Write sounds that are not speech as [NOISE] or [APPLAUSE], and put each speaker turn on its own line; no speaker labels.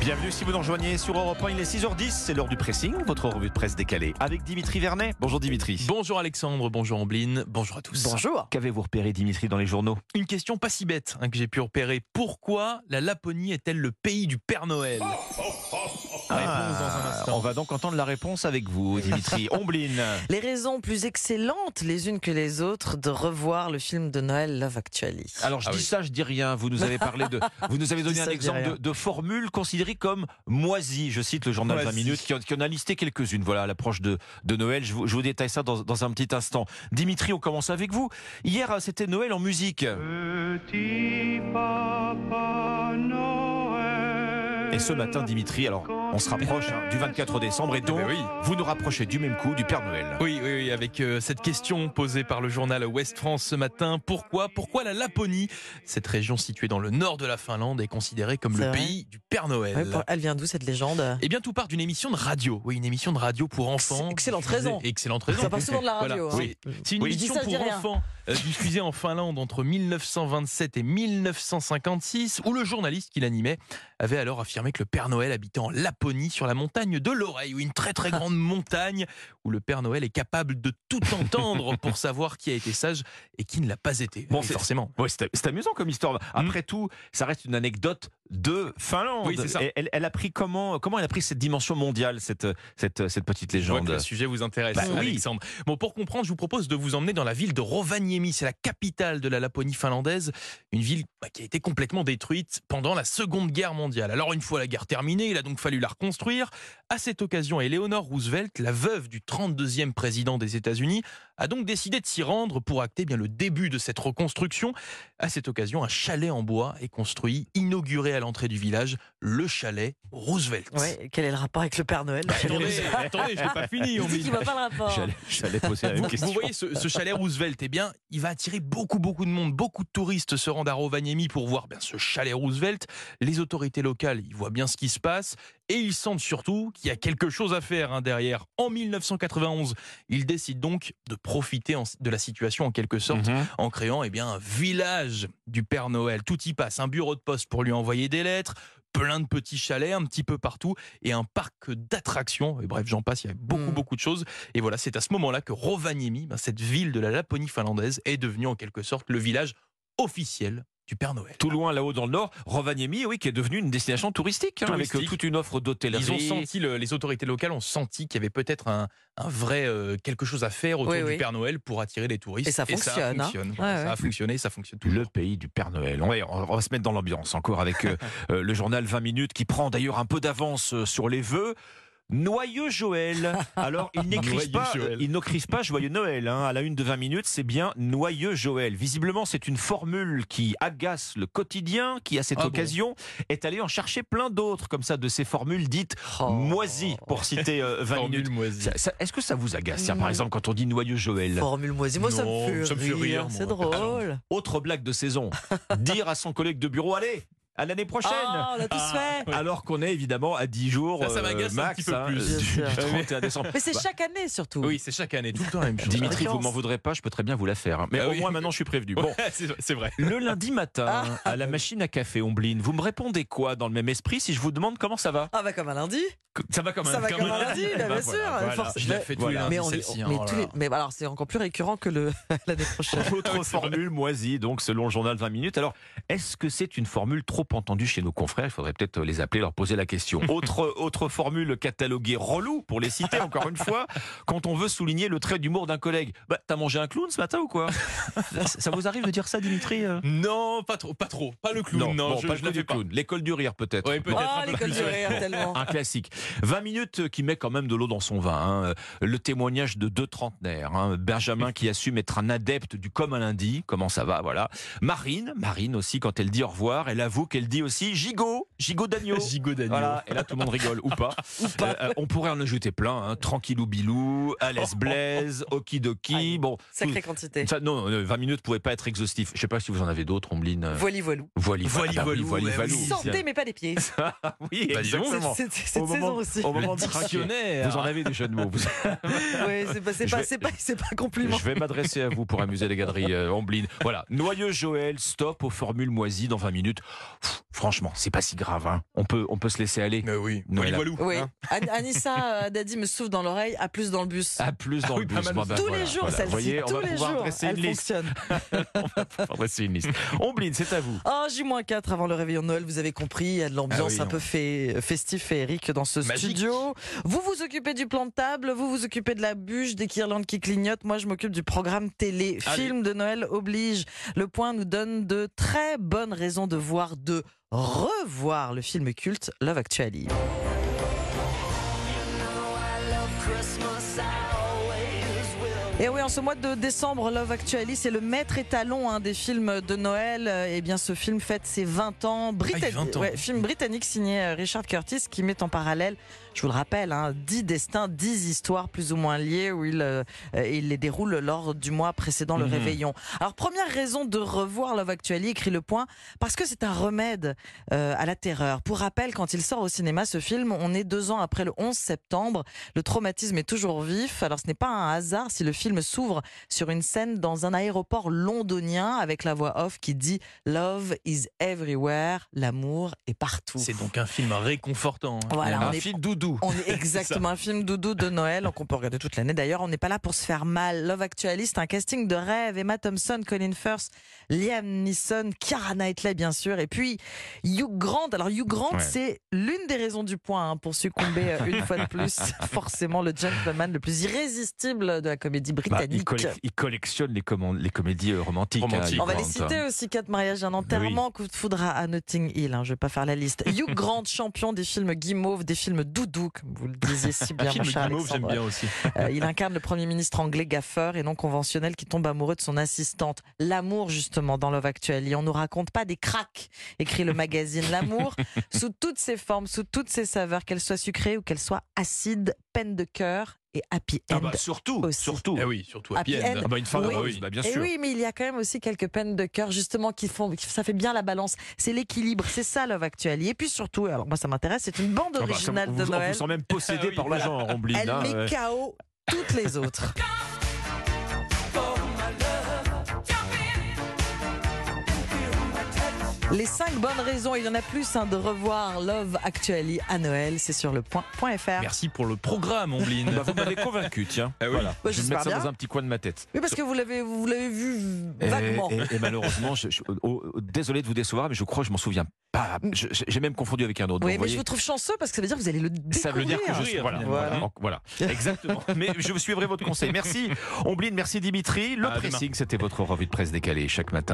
Bienvenue si vous nous rejoignez sur Europe 1, il est 6h10, c'est l'heure du pressing, votre revue de presse décalée avec Dimitri Vernet. Bonjour Dimitri.
Bonjour Alexandre, bonjour Ambline, bonjour à tous.
Bonjour.
Qu'avez-vous repéré Dimitri dans les journaux
Une question pas si bête hein, que j'ai pu repérer. Pourquoi la Laponie est-elle le pays du Père Noël
Oh,
Ah, Réponse dans un instant.
On va donc entendre la réponse avec vous
[LAUGHS]
Dimitri. Ombline,
Les raisons plus excellentes les unes que les autres de revoir le film de Noël Love Actually.
alors je
Ah
dis
oui.
ça, je dis rien, vous nous avez parlé
[LAUGHS]
de... Vous nous avez
Je dis
donné un
ça, je dis
exemple
rien.
de, de formule considérée comme moisie, je cite le journal 20
Moisie.
minutes, qui en, qui en a listé quelques-unes, voilà, à l'approche de, de Noël, je vous, je vous détaille ça dans, dans un petit instant. Dimitri, on commence avec vous. Hier, c'était Noël en musique.
Petit Papa Noël.
Et ce matin, Dimitri, alors on se rapproche hein, du 24 décembre
Ah
et donc
Eh ben oui.
vous nous rapprochez du même coup du Père Noël.
Oui, oui, oui, avec euh, cette question posée par le journal Ouest France ce matin. Pourquoi Pourquoi la Laponie Cette région située dans le nord de la Finlande est considérée comme
C'est
le
vrai
pays du Père Noël.
Ouais, pour- Elle vient d'où cette légende
Eh bien, tout part d'une émission de radio. Oui, une émission de radio pour enfants.
Ex- excellente
diffusée-
raison.
Excellente raison.
Ça part souvent de la
Voilà.
radio. hein.
Oui. C'est une
Oui. Je dis
émission
ça, je dis
pour
rien.
enfants euh, diffusée en Finlande entre 1927 et 1956, où le journaliste qui l'animait avait alors affirmé que le Père Noël habitait en Laponie, sur la montagne de l'Oreille, ou une très très
[LAUGHS]
grande montagne où le Père Noël est capable de tout entendre pour savoir qui a été sage et qui ne l'a pas été.
Bon,
Oui,
c'est-
forcément.
Ouais, c'est c'est amusant comme histoire. Après tout, ça reste une anecdote de Finlande.
Oui, c'est ça.
Et Elle, elle a pris comment Comment elle a pris cette dimension mondiale, cette cette, cette petite
Je vois
légende
que le sujet vous intéresse,
Bah oui.
Alexandre. Bon, pour comprendre, je vous propose de vous emmener dans la ville de Rovaniemi. C'est la capitale de la Laponie finlandaise, une ville bah, qui a été complètement détruite pendant la Seconde Guerre mondiale. Alors, une fois la guerre terminée, il a donc fallu la reconstruire. À cette occasion, Eleanor Roosevelt, la veuve du 32e président des États-Unis, a donc décidé de s'y rendre pour acter eh bien le début de cette reconstruction. À cette occasion, un chalet en bois est construit, inauguré à l'entrée du village, le chalet Roosevelt.
Ouais, quel est le rapport avec le Père Noël le chalet
Attendez,
Roosevelt
attendez, je l'ai pas fini.
Il
on
dit
dit.
qu'il voit pas le rapport.
[LAUGHS] J'allais- J'allais poser la même
Vous,
question.
vous voyez ce, ce chalet Roosevelt, eh bien, il va attirer beaucoup, beaucoup de monde. Beaucoup de touristes se rendent à Rovaniemi pour voir bien, ce chalet Roosevelt. Les autorités locales, ils voient bien ce qui se passe et ils sentent surtout qu'il y a quelque chose à faire hein, derrière. En 1991, ils décident donc de profiter en- de la situation en quelque sorte
Mhm.
en créant eh bien, un village du Père Noël. Tout y passe, un bureau de poste pour lui envoyer des lettres, plein de petits chalets un petit peu partout et un parc d'attractions. Et bref, j'en passe, il y a beaucoup,
Mm.
beaucoup de choses. Et voilà, c'est à ce moment-là que Rovaniemi, ben, cette ville de la Laponie finlandaise, est devenue en quelque sorte le village officiel du Père Noël.
Tout loin, là-haut dans le nord, Rovaniemi, oui, qui est devenue une destination touristique, hein, avec
Touristique.
euh, toute une offre d'hôtellerie.
Ils ont senti, le- les autorités locales ont senti qu'il y avait peut-être un, un vrai euh, quelque chose à faire autour
Oui,
du
oui.
Père Noël pour attirer les touristes.
Et ça fonctionne, hein.
fonctionne. Voilà,
Ouais,
Ça
ouais.
a fonctionné, ça fonctionne toujours.
Le pays du Père Noël. On va, on va se mettre dans l'ambiance encore avec
[LAUGHS]
euh, euh, le journal 20 minutes qui prend d'ailleurs un peu d'avance euh, sur les vœux. Noyeux
[LAUGHS]
Joël. Alors, il n'écrit
Noyeux
pas,
Joël.
il n'écrivent pas Joyeux Noël. hein. À la une de 20 minutes, c'est bien Noyeux Joël. Visiblement, c'est une formule qui agace le quotidien, qui à cette
Ah bon
occasion est allé en chercher plein d'autres, comme ça, de ces formules dites
Oh.
moisies, pour citer euh, 20
Formule
minutes.
moisie.
Ça- ça- Est-ce que ça vous agace, tiens, par exemple, quand on dit Noyeux Joël
Formule moisie. Moi, ça
Non,
me fait rire.
moi.
C'est drôle.
Autre blague de [LAUGHS] saison. Dire à son collègue de bureau, allez, à l'année prochaine.
Ah, on a tous fait.
ouais.
Alors qu'on est évidemment à 10 jours
Ça, ça
euh,
m'agace un
max,
petit peu
hein,
plus.
du- du
Bien sûr.
31 décembre.
Mais c'est
Bah,
chaque année surtout.
Oui, c'est chaque année, tout le temps la même chose. [LAUGHS]
Dimitri, vous
Vacances.
m'en voudrez pas, je peux très bien vous la faire. hein. Mais
Ah
au
oui.
moins maintenant, je suis prévenu. Bon, Ah.
Bon, c'est- c'est vrai.
[LAUGHS] le lundi matin, à la machine à café Ombline, vous me répondez quoi dans le même esprit si je vous demande comment ça va
Ah bah comme un lundi.
Ça va comme
Ça va comme un lundi, bah, bien sûr. force-
Je l'ai fait tous
Voilà.
les lundis,
Mais on est-
celle-ci, hein,
mais
oh là
tous les-
là.
mais alors c'est encore plus récurrent que le [LAUGHS] l'année
Ah
prochaine.
Autre formule moisie, donc selon le journal 20 minutes. Alors, est-ce que c'est une formule trop entendue chez nos confrères Il faudrait peut-être euh, les appeler, leur poser la [LAUGHS] question. autre, autre formule cataloguée relou, pour les citer encore une fois, quand on veut souligner le trait d'humour d'un collègue. Bah, t'as mangé un clown ce matin ou quoi [LAUGHS] Ça vous arrive de dire ça, Dimitri euh
Non, pas trop, pas trop. Pas le clown, non,
bon,
je,
pas
je
le
le fais
du
pas.
clown. L'école du rire, peut-être.
Ouais,
Non.
peut-être.
Ah, l'école du rire, tellement.
Un classique. 20 minutes qui met quand même de l'eau dans son vin. hein. Le témoignage de deux trentenaires. hein. Benjamin qui assume être un adepte du comme un lundi. Comment ça va, voilà. Marine, Marine aussi, quand elle dit au revoir, elle avoue qu'elle dit aussi gigot, gigot d'agneau.
Gigot d'agneau.
Voilà, et là tout le monde rigole, ou pas. Euh, on pourrait en ajouter plein, hein. tranquillou bilou, Alès Blaise, okidoki.
Aïe.
Bon,
Sacrée
tout-
quantité.
ça, non, non, 20 minutes ne pouvaient pas être exhaustif. Je sais pas si vous en avez d'autres, Ombline. euh,
Voili voilou.
Voili,
Voili,
ah bah oui,
voilou,
voili,
ouais,
voilou.
oui.
Santé mais pas les
[LAUGHS]
pieds.
Oui,
Bah, dis donc.
exactement.
C'est- c'est- Cette
Au moment-
saison aussi.
Au moment de
Le
craquer.
dictionnaire.
Vous en avez des jeux de mots. vous-
Oui, c'est pas, c'est
Je
pas,
vais-
c'est pas, c'est pas un compliment.
Je vais m'adresser à vous pour amuser les galeries euh, Amblin. Voilà, noyeux Joël, stop aux formules moisies dans 20 minutes. Pff, franchement, c'est pas si grave. hein. On peut, on peut se laisser aller.
Mais oui,
Noël.
Walou,
Oui.
hein.
An- Anissa euh, Dadi me souffle dans l'oreille, à plus dans le bus.
À plus dans
Ah oui,
le
pas
bus.
mal
Bon,
aussi.
ben
tous
voilà,
les jours,
voilà.
celle-ci.
Vous voyez, on
tous
va
les
pouvoir
jours,
dresser une
elle
liste.
fonctionne.
on va pouvoir dresser une liste. Ombline, c'est à vous.
Ah, J-4 avant le réveillon de Noël, vous avez compris, il y a de l'ambiance
Ah oui,
un peu fé- festif féerique dans ce
Magique.
studio. Vous vous occupez du plan de table, vous vous occupez de la bûche, des guirlandes qui clignotent. Moi, je m'occupe du programme télé.
Allez.
Film de Noël oblige. Le point nous donne de très bonnes raisons de voir, de revoir le film culte Love Actually. Et oui, en ce mois de décembre, Love Actually, c'est le maître étalon hein, des films de Noël. Euh, Eh bien, ce film fête ses 20 ans. Britannique,
Ah, il y a 20 ans.
film britannique signé euh, Richard Curtis qui met en parallèle, je vous le rappelle, hein, 10 destins, 10 histoires plus ou moins liées où il, euh, euh, il les déroule lors du mois précédent le
Mhm.
réveillon. Alors, première raison de revoir Love Actually, écrit le point, parce que c'est un remède euh, à la terreur. Pour rappel, quand il sort au cinéma ce film, on est deux ans après le 11 septembre. Le traumatisme est toujours vif. Alors ce n'est pas un hasard si le film s'ouvre sur une scène dans un aéroport londonien avec la voix off qui dit Love is everywhere, l'amour est partout.
C'est donc un film réconfortant. hein.
Voilà,
un
on est-
fil doudou.
On
[LAUGHS]
est exactement un film doudou de Noël qu'on peut regarder toute l'année. D'ailleurs, on n'est pas là pour se faire mal. Love Actually, c'est un casting de rêve. Emma Thompson, Colin Firth, Liam Neeson, Keira Knightley, bien sûr. Et puis, Hugh Grant. Alors, Hugh Grant,
Ouais.
c'est l'une des raisons du point hein, pour succomber euh, une fois de plus.
[LAUGHS]
Forcément, le gentleman le plus irrésistible de la comédie
Bah,
britannique.
il, collec- il collectionne les, commandes- les comédies euh, romantiques.
Romantiques.
Hugh
On va les
Grant.
citer aussi quatre mariages, un enterrement, coup de foudre à, à Notting Hill. hein, je vais pas faire la liste.
[LAUGHS]
Hugh Grant, champion des films guimauve, des films doudou, comme vous le disiez si bien,
Un film
mon cher
guimauve, j'aime
Alexandre.
bien aussi.
Euh, il incarne le premier ministre anglais gaffeur et non conventionnel qui tombe amoureux de son assistante. L'amour, justement, dans Love Actually. On nous raconte pas des cracks, écrit le magazine.
[LAUGHS]
L'amour, sous toutes ses formes, sous toutes ses saveurs, qu'elle soit sucrée ou qu'elle soit acide, peine de cœur et happy end.
Ah bah, surtout,
aussi.
surtout.
Eh oui, surtout
Happy
Happy End.
End.
Ah bah, une femme
Oui.
heureuse, bah, bien
Et
sûr.
oui, mais il y a quand même aussi quelques peines de cœur, justement, qui font, qui- ça fait bien la balance. C'est l'équilibre, c'est ça Love Actually. Et puis surtout, alors moi ça m'intéresse, c'est une bande
Ah bah, ça,
originale
on
de
vous- on
Noël.
vous sent même possédé
Ah oui,
par le
voilà.
genre, Ombline.
Elle
hein,
met
ouais.
KO toutes les autres. Les 5 bonnes raisons, il y en a plus hein, de revoir Love Actually à Noël, c'est sur le point.fr.
Merci pour le programme, Ombline.
Bah, vous m'avez convaincu, tiens.
Ah
[LAUGHS]
oui.
Voilà.
Bah,
je vais
j'espère
mettre ça
bien.
dans un petit coin de ma tête.
Oui, parce que vous l'avez vous l'avez vu
Et,
vaguement.
et- et malheureusement, je, je- oh, oh, désolé de vous décevoir, mais je crois que je m'en souviens pas. Je- je- J'ai même confondu avec un autre. donc,
oui, mais
vous voyez,
je vous trouve chanceux parce que ça veut dire que vous allez le découvrir.
ça veut dire que je suis. Voilà,
Voilà.
voilà, en- voilà. exactement. Mais je suivrai votre conseil. Merci, Ombline, merci Dimitri. Le
À demain.
pressing, c'était votre revue de presse décalée chaque matin.